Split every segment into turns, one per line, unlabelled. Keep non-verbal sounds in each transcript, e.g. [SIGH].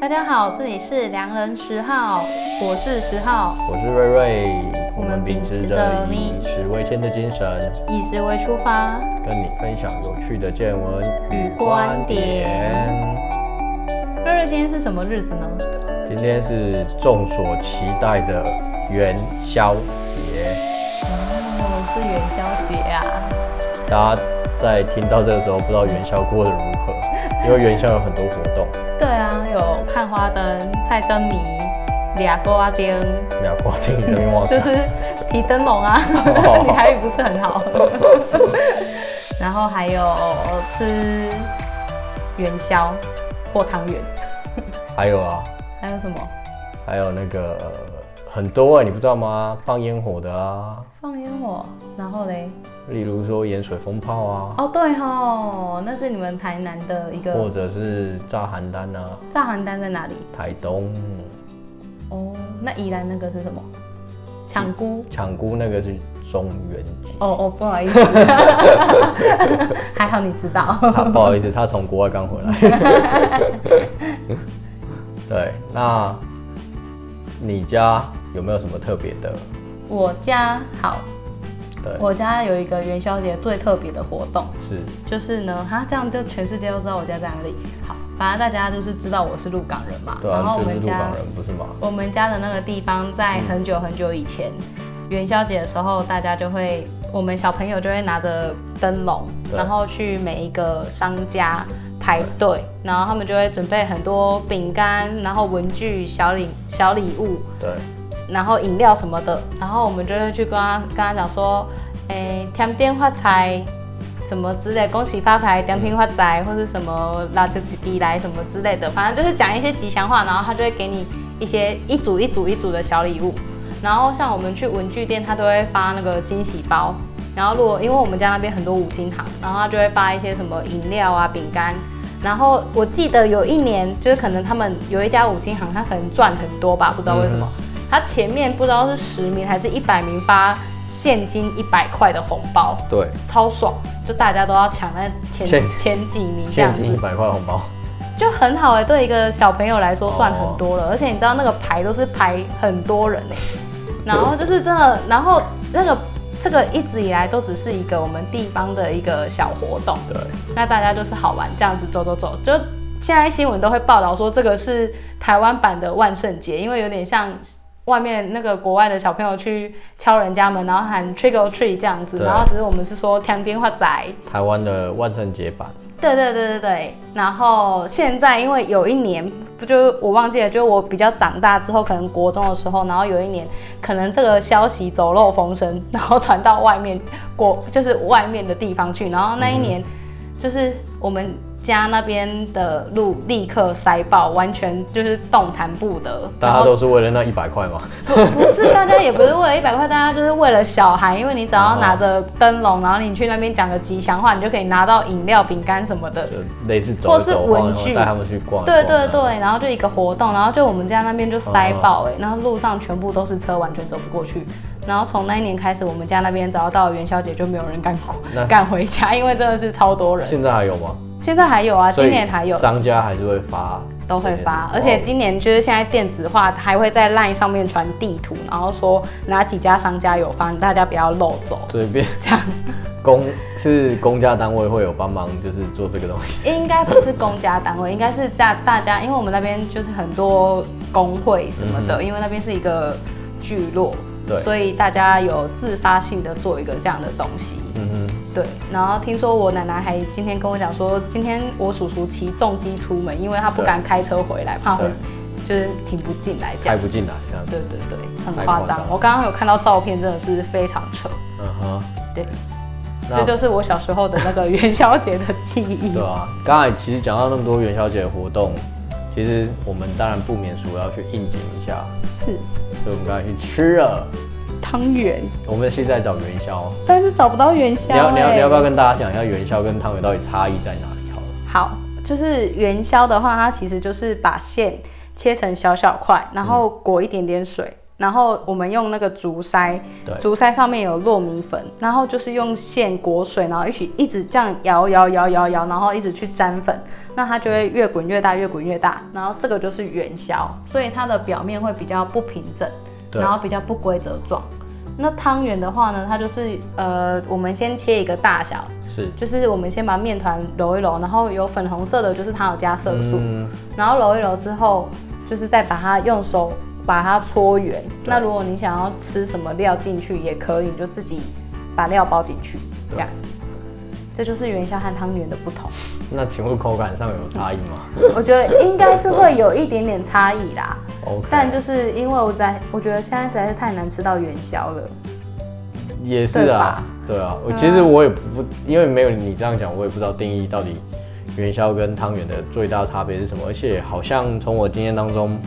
大家好，这里是良人十号，我是十号，
我是瑞瑞，
我
我
们
们秉持着
秉持着
以史为天的精神，
以食为出发。
跟你分享有趣的见闻
与观点。瑞瑞今天是什么日子呢？
今天是众所期待的元宵节，
哦，是元宵节啊。
大家在听到这个时候，不知道元宵过得如何？因为元宵有很多活动，
对啊，有看花灯、猜灯谜、俩瓜灯，
苗瓜听你这边忘记
就
了
[LAUGHS] 是提灯笼啊。[LAUGHS]
哦
你台语不是很好。然后还有吃元宵或汤圆，
还有啊，
还有什么？
还有那个呃很多哎、你不知道吗？放烟火的啊，
放烟火，然后嘞？
例如说盐水风炮啊，
哦，对吼，那是你们台南的一
或
个
者是炸邯郸啊。
炸邯郸在哪里？
台东
哦，那宜兰那个是什么？抢菇。。
抢姑那个是中元节
[LAUGHS] 哦哦，不好意思，还好你知道。
他不好意思，他从国外刚回来。 [LAUGHS] 对，那你家有没有什么特别的？
我家好，
对，
我家有一个元宵节最特别的活动，
是
就是呢，哈，这样就全世界都知道我家在哪里。好，反正大家就是知道我是鹿港人嘛。
对啊，
我
就是鹿港人不是吗？
我们家的那个地方，在很久很久以前，元宵节的时候，大家就会，我们小朋友就会拿着灯笼，
对
然后去每一个商家排队，然后他们就会准备很多饼干，然后文具、小礼小礼物，
对，
然后饮料什么的，然后我们就会去跟他跟他讲说，诶，甜点发财。什么之类，恭喜发财，良品发财，或是什么拉就几滴来什么之类的，反正就是讲一些吉祥话，然后他就会给你一些一组一组一组的小礼物。然后像我们去文具店，他都会发那个惊喜包。然后如果因为我们家那边很多五金行，然后他就会发一些什么饮料啊、饼干。然后我记得有一年，就是可能他们有一家五金行，他可能赚很多吧，不知道为什么。他前面不知道是十名还是一百名发现金一百块的红包，
对，
超爽，就大家都要抢那前
现
前几名这样
现金一
子，
百块红包，
就很好哎、对一个小朋友来说
哦
算很多了，而且你知道那个排都是排很多人哎、然后就是真的，然后那个这个一直以来都只是一个我们地方的一个小活动，
对，
那大家就是好玩这样子走走走，就现在新闻都会报道说这个是台湾版的万圣节，因为有点像外面那个国外的小朋友去敲人家门，然后喊 trick or treat 这样子，
对
然后只是我们是说天边画仔，
台湾的万圣节版，
对对对对对，然后现在因为有一年，不就我忘记了，就是我比较长大之后，可能国中的时候，然后有一年，可能这个消息走漏风声，然后传到外面国，就是外面的地方去，然后那一年，就是我们家那边的路立刻塞爆，完全就是动弹不得，然
大家
后
都是为了那一百块嘛。
不是，大家也不是为了一百块，大家就是为了小孩，因为你只要拿着灯笼，然后你去那边讲个吉祥话，你就可以拿到饮料、饼干什么的。
就类似走
或
一
是
走
文
晃一晃，
具
带他们去逛一逛啊。
对对对，然后就一个活动，然后就我们家那边就
哦
塞爆哎、然后路上全部都是车，完全走不过去。然后从那一年开始，我们家那边只要到了元宵节就没有人敢过
那
[LAUGHS] 敢回家，因为真的是超多人。
现在还有吗？
现在还有啊，
所以
今年还有
商家还是会发这些，
都会发
哦，
而且今年就是现在电子化，还会在 LINE 上面传地图，然后说哪几家商家有发，大家不要漏走。
随便
这样
公是公家单位会有帮忙，就是做这个东西。
应该不是公家单位，应该是在大家，因为我们那边就是很多工会什么的，因为那边是一个聚落，
嗯对，
所以大家有自发性的做一个这样的东西。
嗯哼，
对，然后听说我奶奶还今天跟我讲说，今天我叔叔骑重机出门，因为他不敢开车回来，怕会
对
就是停不进来这
开
样。
不进来这样子。
对对对，很
太
夸
夸
张
张。了
我刚刚有看到照片，真的是非常扯。
嗯哼，
对，这
那
就是我小时候的那个元宵节的记忆
对。啊。刚才其实讲到那么多元宵节的活动，其实我们当然不免俗要去应景一下，
是
所以我们刚才去吃了。
汤圆，
我们现在找元宵，
但是找不到元宵、欸
你要你要你要不要跟大家讲一下元宵跟汤圆到底差异在哪里？好了，
好，就是元
嗯
宵的话，它其实就是把馅切成小小块，然后裹一点点水，然后我们用那个竹筛，
对
竹筛上面有糯米粉，然后就是用线裹水，然后一起一直这样摇摇摇摇摇，然后一直去沾粉，那它就会越滚越大，越滚越大，然后这个就是元宵，所以它的表面会比较不平整，
对
然后比较不规则状。那汤圆的话呢，它就是呃，我们先切一个大小，
是，
就是我们先把面团揉一揉，然后有粉红色的，就是它有加色素，
嗯，
然后揉一揉之后，就是再把它用手把它搓圆。那如果你想要吃什么料进去也可以，你就自己把料包进去，这样。这就是元宵和汤圆的不同，
那请问口感上有差异吗
我觉得应该是会有一点点差异啦。
[LAUGHS] ？OK，
但就是因为我在，我觉得现在实在是太难吃到元宵了。
也是
对
啊
吧，
对啊，我
嗯啊
其实我也不，因为没有你这样讲，我也不知道定义到底元宵跟汤圆的最大差别是什么，而且好像从我经验当中。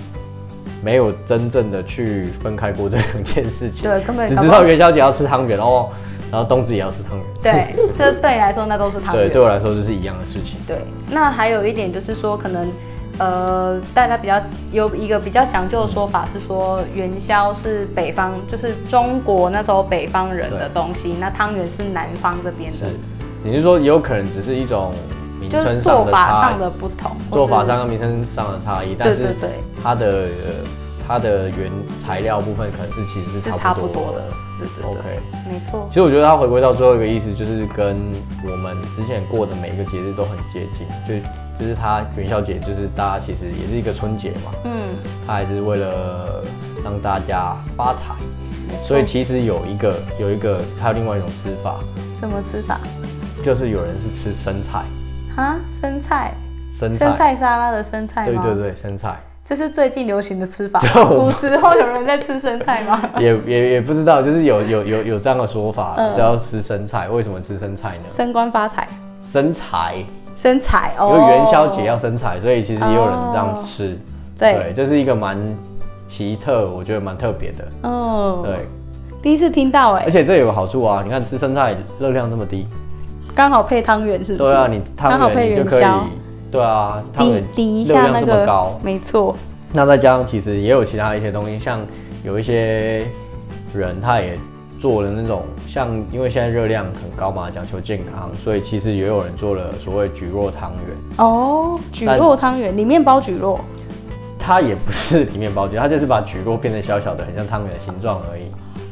没有真正的去分开过这两件事情，
对根本
只
搞
知
不好
道元宵节要吃汤圆哦，然后冬至也要吃汤圆，
对，这对你来说那都是汤圆。
对，对我来说这是一样的事情。
对，那还有一点就是说，可能呃，大家比较有一个比较讲究的说法是说，元宵是北方，就是中国那时候北方人的东西，那汤圆是南方这边的
是，，你是说有可能只是一种名
就是
称
做
上的
法
差
上
异，
的不同，
做法
或是
上跟名称上的差异，但
对
是
对对
它的呃它的原材料部分可能是其实是
是
差
差
不
不
多
多
的
的。，对对对
OK，
没错
其，实我觉得它回归到最后一个意思，就是跟我们之前过的每一个节日都很接近，就就是它元宵节，就是大家其实也是一个春节嘛，
嗯，
它还是为了让大家发财，
没错
所以其实有一个有一个还有另外一种吃法，
怎么吃法？
就是有人是吃生菜，
啊，生菜，
生菜，
生菜沙拉的生菜
对
吗？
对对，生菜
这是最近流行的
[LAUGHS]
吃法
这我。
古时候有人在吃生菜吗？ [LAUGHS]
也也也不知道，就是有有有有这样的说法，
嗯
只要吃生菜，为什么吃生菜呢？
升官发财，
生财，
生财
因
哦。
为元宵节要生财，所以其实也有人这样吃。
对，
这是一个蛮奇特，我觉得蛮特别的。
哦，
对，
第一次听到哎、
而且这有个好处啊，你看吃生菜热量这么低，
刚好配汤圆是不是？
对啊，你
刚好
汤
配
圆你就
元
可以
宵，，
对啊，汤
抵
圆
抵一
热
下那
量这么高
个，，没错，
那再加上其实也有其他一些东西，像有一些人他也做了那种像，因为现在热量很高嘛，讲求健康，所以其实也有人做了所谓菊若汤圆，
哦，蒟
但
蒻汤圆里面包蒟蒻，
它也不是里面包饺，它就是把菊若变成小小的，很像汤圆的形状而已。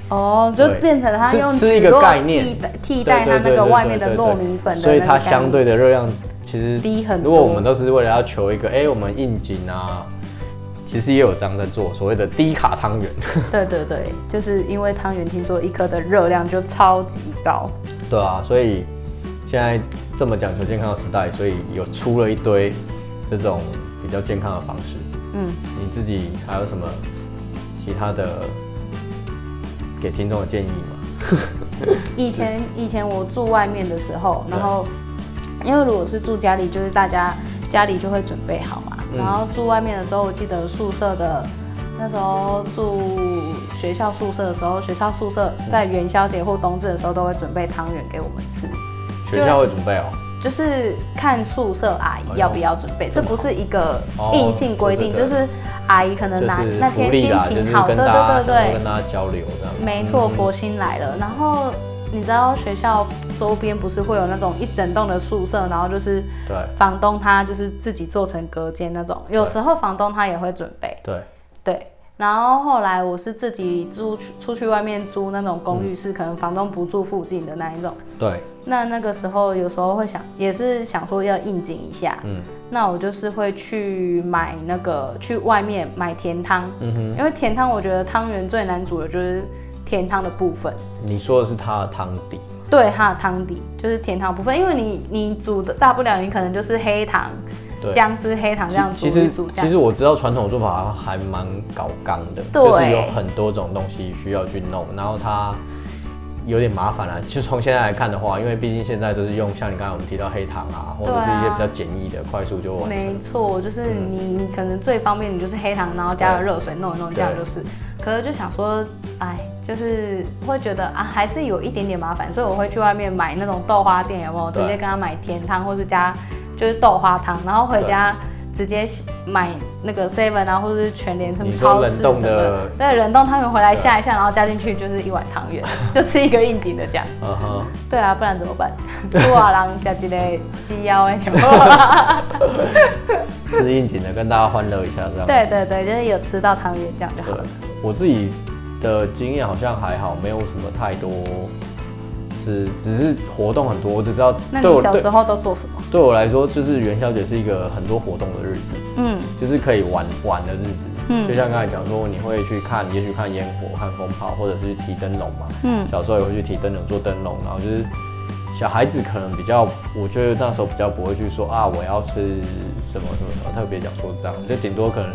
哦，就
对
变成它
是
用
是一
蒟
个概
蒻
念
替代替代它
对对
那
对
个
对
外
对
面的
对对
糯米粉的，
所以它相对。的热量其实
低很多
如果我们都是为了要求一个，哎、我们应景啊，其实也有这样在做所谓的低卡汤圆。
对对对，就是因为汤圆听说一颗的热量就超级高，
对啊，所以现在这么讲求健康的时代，所以有出了一堆这种比较健康的方式。
嗯，
你自己还有什么其他的给听众的建议吗？
以前以前我住外面的时候，
对
然后因为如果是住家里，就是大家家里就会准备好嘛。
嗯
然后住外面的时候，我记得宿舍的那时候住学校宿舍的时候，学校宿舍在元宵节或冬至的时候都会准备汤圆给我们吃，
学校会准备哦、
就是看宿舍阿
哎呦
姨要不要准备，
这
这
么好
不是一个
哦
硬性规定，
对
就
对对
是阿姨可能那
就是
那
福
天
利
心
啦，就是
情
跟
好，对对
大
对
家想
对
说，跟大家交流这样。
没错，
嗯
佛心来了。然后你知道学校周边不是会有那种一整栋的宿舍，然后就是
对
房东他就是自己做成隔间那种，有时候房东他也会准备，
对
对。然后后来我是自己租去出去外面租那种公寓，是可能房东不住附近的那一种。
对，
那那个时候有时候会想，也是想说要应景一下，
嗯
那我就是会去买那个去外面买甜汤，
嗯哼，
因为甜汤我觉得汤圆最难煮的就是甜汤的部分。
你说的是它的汤底，
对它的汤底，就是甜汤部分，因为你你煮的大不了你可能就是黑糖
对，
姜汁黑糖这样煮
其
一
实
煮这
其
样。
实我知道传统做法还蛮搞纲的，
对
就是有很多种东西需要去弄，然后它有点麻烦啦、就从现在来看的话，因为毕竟现在都是用像你刚才我们提到黑糖啊，或者是一些比较简易的，快速就完
没 [LAUGHS]
成。
错，就是你、你可能最方便，你就是黑糖，然后加了
嗯对
热水弄一弄，
对
这样就是。可是就想说，哎，就是会觉得啊，还是有一点点麻烦，所以我会去外面买那种豆花店，有没有？
对
直接跟他买甜汤，或是加就是豆花汤，然后回家直接买那个 seven 啊，或者是全联什么
你说
超市
冷
什么
冻的
对，冷冻汤圆回来
对
下一下，然后加进去就是一碗汤圆，就吃一个应景的这样。
嗯哼，
对啊，不然怎么办？ [LAUGHS] 猪瓦郎加一个鸡腰哎，有没有
是应景的，跟大家欢乐一下这样。
对对对，就是有吃到汤圆这样就好
对
了。，
我自己的经验好像还好，没有什么太多，是只是活动很多，我只知道
那
对
你
我
小
对
时候都做什么？
对我来说，就是元宵节是一个很多活动的日子，
嗯
就是可以玩玩的日子。
嗯
就像刚才讲说，你会去看，也许看烟火、看风炮，或者是去提灯笼嘛。
嗯
小时候也会去提灯笼、做灯笼，然后就是小孩子可能比较，我觉得那时候比较不会去说啊，我要吃什么什么什么，特别讲说这样，就顶多可能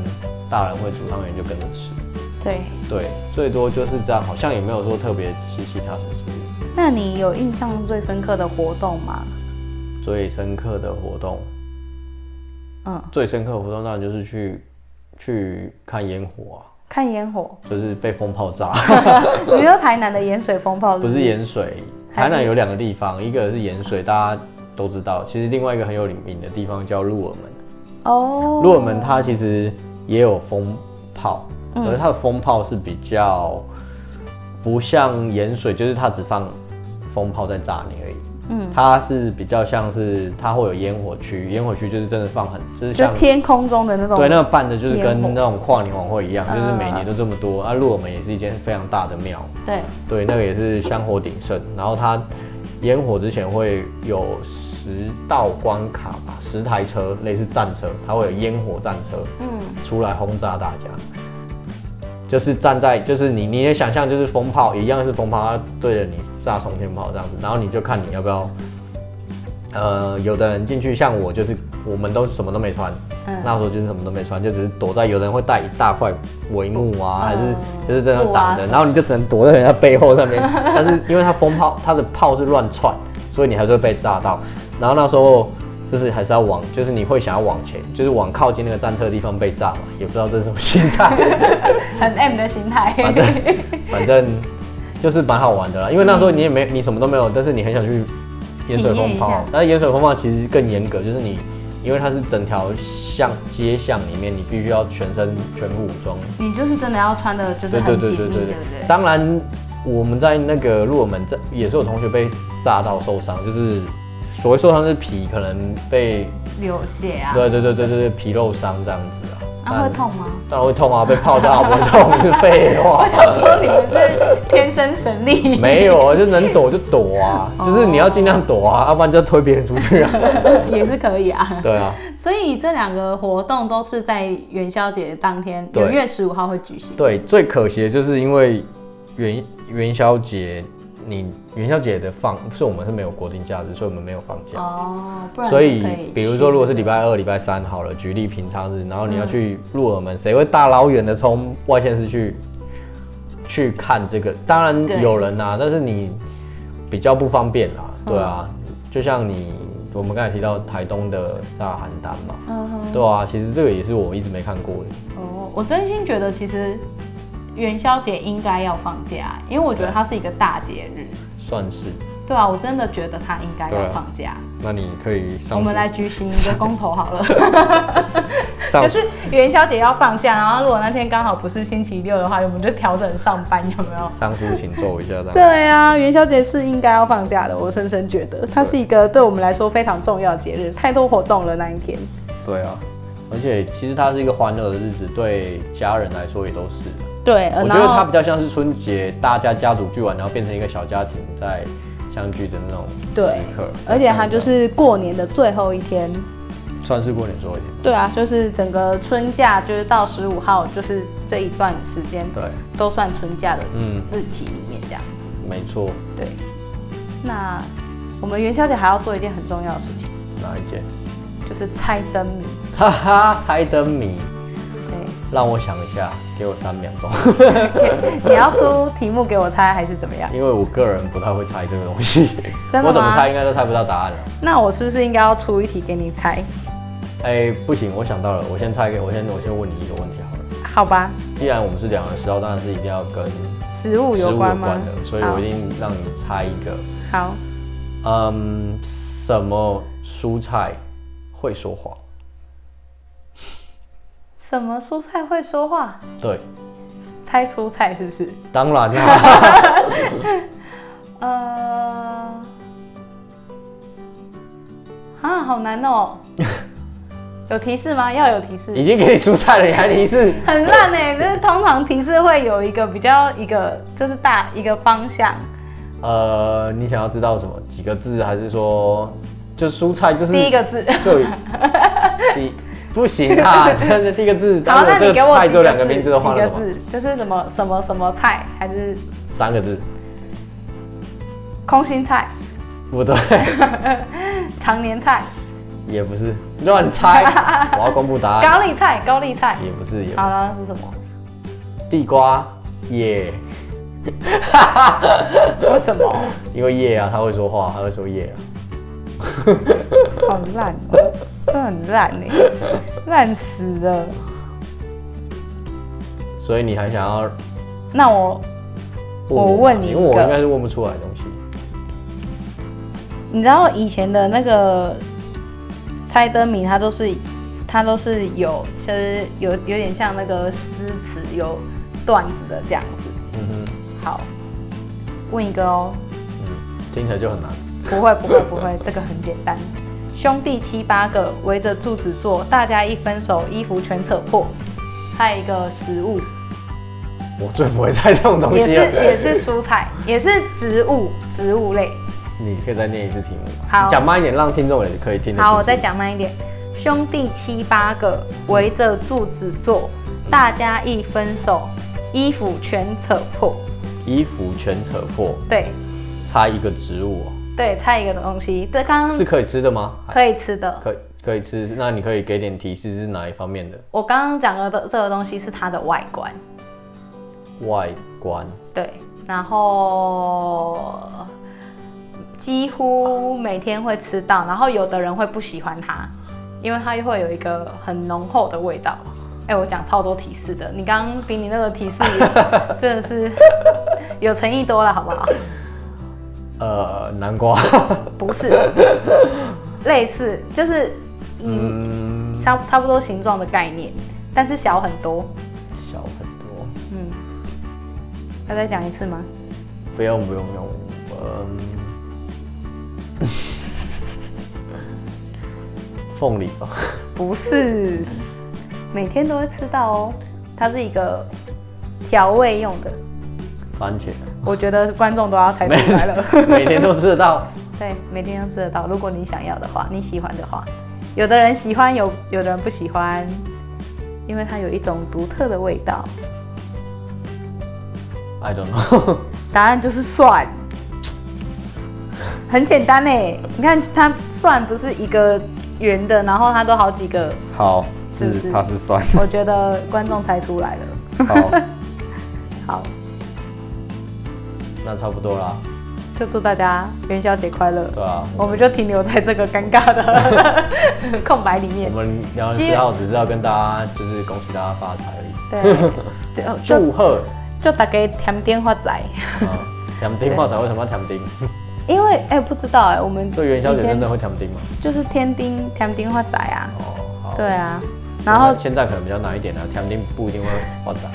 大人会煮汤圆就跟着吃。
嗯对。
对，最多就是这样，好像也没有说特别吃其他什么食物。
那你有印象最深刻的活动吗？
最深刻的活动，
嗯，
最深刻的活动当然就是去去看烟火啊，
看烟火。 [LAUGHS]
就是被风炮炸，
你说台南的盐水风炮
不
是
是盐水。
还是
台
嗯
南有两个地方，一个是盐水，大家都知道，其实另外一个很有名的地方叫鹿耳门。
哦，
鹿耳门它其实也有风炮，
嗯
可是它的风炮是比较不像盐水，就是它只放风炮在炸你而已。
嗯，
它是比较像是它会有烟火区，烟火区就是真的放很，就是
就
像
天空中的那种
对那个办的就是跟
烟火
那种跨年晚会一样，
嗯
就是每年都这么多。啊，鹿耳门也是一间非常大的庙，
对
对，那个也是香火鼎盛。然后它烟火之前会有十道关卡吧，十台车类似战车，它会有烟火战车
嗯
出来轰炸大家。就是站在，就是你，你也想象，就是风炮一样是风炮，它对着你炸冲天炮这样子，然后你就看你要不要。呃，有的人进去，像我就是，我们都什么都没穿，
嗯
那时候就是什么都没穿，就只是躲在，有人会带一大块帷幕啊，还是
嗯
就是在那
布啊
挡着，
什么
然后你就只能躲在人家背后上面。但是因为它风炮，它的炮是乱窜，所以你还是会被炸到。然后那时候就是还是要往，就是你会想要往前，就是往靠近那个战车的地方被炸嘛，也不知道这是什么心态。
很 M 的心态，
反正反正就是蛮好玩的啦，因为那时候你也没你什么都没有，但是你很想去盐水风
体验一下
炮。但是盐水风炮其实更严格，就是你因为它是整条巷街巷里面，你必须要全身全副武装。
[LAUGHS] 你就是真的要穿的就是很紧密，对不对？
当然，我们在那个鹿耳门这也是有同学被炸到受伤，就是所谓受伤是皮可能被
流血啊，
对对对对对对皮肉伤这样子啊。
啊会痛吗？ [LAUGHS]
但？当然会痛啊，被炮炸不会痛 [LAUGHS] 是废话。
我想说你们是天生神力，
[LAUGHS] 没有啊，就能躲就躲啊，就是你要尽量躲啊，要不然就推别人出去啊。
也是可以啊。
对啊，
所以这两个活动都是在元宵节当天，
对
元月十五号会举行。
对，最可惜的就是因为元元宵节，你元宵节的放是我们是没有国定假日，所以我们没有放假。
哦，不然
所
就可
以，比如说，如果是礼拜二、礼拜三好了，举例平常日，然后你
嗯
要去鹿耳门，谁会大老远的从外县市去去看这个？当
对
然有人啊，但是你比较不方便啦，对啊。
嗯
就像你我们刚才提到台东的炸邯郸嘛，
嗯哼
对啊，其实这个也是我一直没看过的，
哦，我真心觉得其实元宵节应该要放假，因为我觉得它是一个大节日。
算是。
对啊，我真的觉得它应该
对
要
啊
放假。
那你可以上
我们来举行一个公投
[LAUGHS]
好了，
上
就是元宵节要放假，然后如果那天刚好不是星期六的话，我们就调整上班，有没有？
上书请奏一下，这样
对啊，元宵节是应该要放假的，我深深觉得它是一个对我们来说非常重要的节日，太多活动了那一天。
对啊。而且其实它是一个欢乐的日子，对家人来说也都是。
对，呃
我觉
然
得
后
它比较像是春节大家家族聚完，然后变成一个小家庭在相聚的那种
对
时刻，
而且它就是过年的最后一天，
算是过年说一点。
对啊，就是整个春假，就是到十五号，就是这一段时间
对，
都算春假的
嗯，
日期里面这样子。
没错。
对，那我们元宵节还要做一件很重要的事情，
哪一件？
就是猜灯谜。
[LAUGHS] 哈哈，猜灯谜，
对， [LAUGHS]
让我想一下，给我三秒钟，
你要出题目给我猜还是怎么样？
因为我个人不太会猜这个东西，
真的吗
我怎么猜应该都猜不到答案了。
那我是不是应该要出一题给你猜？
哎、不行，我想到了，我先猜给我先我先问你一个问题好了。
好吧，
既然我们是两人食道，当然是一定要跟食
食物
物
有
有
关吗
关？的，所以我一定让你猜一个。
好，好
嗯，什么蔬菜会说谎？
什么蔬菜会说话？
对，
猜蔬菜是不是？
当然啦，
[LAUGHS] 呃，啊，好难
[LAUGHS]
哦、有提示吗？要有提示。
已经给你蔬菜了，你还提示？
很烂哎、欸，就是通常提示会有一个比较一个就是大一个方向，
呃，你想要知道什么？几个字，还是说就蔬菜就是
第一个字。
就第不行啊，这样就第一个字。
[LAUGHS] 好，
当
那
我
你
这
给我
个菜
几
只有两个名字的话，
几
那
个
怎么？
字就是什么什么什么菜，还是
三个字，
空心菜、
不对，
常年菜、
也不是，
[LAUGHS]
乱猜。我要公布答案，
高丽菜、高丽菜。
啊也不是，也不
好
是，
了，那是什么？
地瓜叶， [LAUGHS]
为什么？
因为叶啊，他会说话，他会说叶啊。
好烂哦、真的很烂哎、烂死了。
所以你还想要问
那我我
我
问你
因为我
一个
应该是问不出来的东西。
你知道以前的那个猜灯谜，它都是它都是有，其实有有点像那个诗词有段子的这样子。
嗯哼，
好，问一个哦，
嗯，听起来就很难。
不会不会不会，这个很简单。兄弟七八个围着柱子坐，大家一分手，衣服全扯破。还有一个食物，
我最不会猜这种东
也是
西了。
也是蔬菜，也是植物植物类。
你可以再念一次题目吗。
好
你讲慢一点，让听众也可以听得清楚。
好，我再讲慢一点。兄弟七八个围着柱子坐，大家一分手，衣服全扯破。
衣服全扯破，
对
差一个植物、哦。
对，猜一个东西。这刚
是
刚
可以吃的吗？还
嗯可以吃的。
可以可以吃，那你可以给点提示是哪一方面的
我刚刚讲的这这个东西是它的外观，
外观？
对，然后几乎每天会吃到，然后有的人会不喜欢它，因为它会有一个很浓厚的味道。哎、我讲超多提示的，你刚刚比你那个提示真的是有诚意多了，好不好？
呃，南瓜。
不是，类似就是以
嗯，
差差不多形状的概念，但是小很多。
小很多。
嗯，要再讲一次吗？
不用不用不用，嗯， [LAUGHS] 凤梨吧。
不是，每天都会吃到哦。它是一个调味用的，
番茄，
我觉得观众都要猜出来了。
每天都吃得到。
对，每天都吃得到。如果你想要的话，你喜欢的话，有的人喜欢，有有的人不喜欢，因为它有一种独特的味道。
I don't know， [LAUGHS]
答案就是蒜，很简单呢。你看它蒜不是一个圆的，然后它都好几个，
好，
是
是
是
它是酸。
我觉得观众猜出来了。
好，
好，
那差不多啦。
就祝大家元宵节快乐。
对啊，
我们就停留在这个尴尬
[LAUGHS]
的空白里
我
面。
们聊
希
十号只是要跟大家就是恭喜大家发财而已，
对，
[LAUGHS]
就就
祝贺。
就大家甜点发财。
啊，甜丁泡茶为什么要甜丁？
因为哎、不知道哎、我们
所以元宵节
以前
真的会甜丁吗？
就是天丁甜点发财啊。
哦，好。
对啊，然后
现在可能比较难一点了，啊甜丁不一定会发展。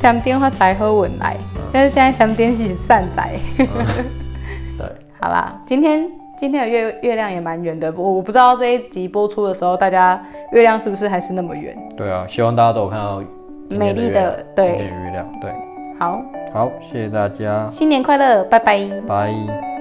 甜点发财喝稳来，
嗯
但是现在甜点是散财。
对，
[LAUGHS] 好啦，今天今天的月月亮也蛮圆的，我我不知道这一集播出的时候，大家月亮是不是还是那么圆？
对啊，希望大家都有看到今
美
天
丽
月亮
的，对
今，天的月亮。对，
好，
好，谢谢大家，
新年快乐，拜拜。
拜。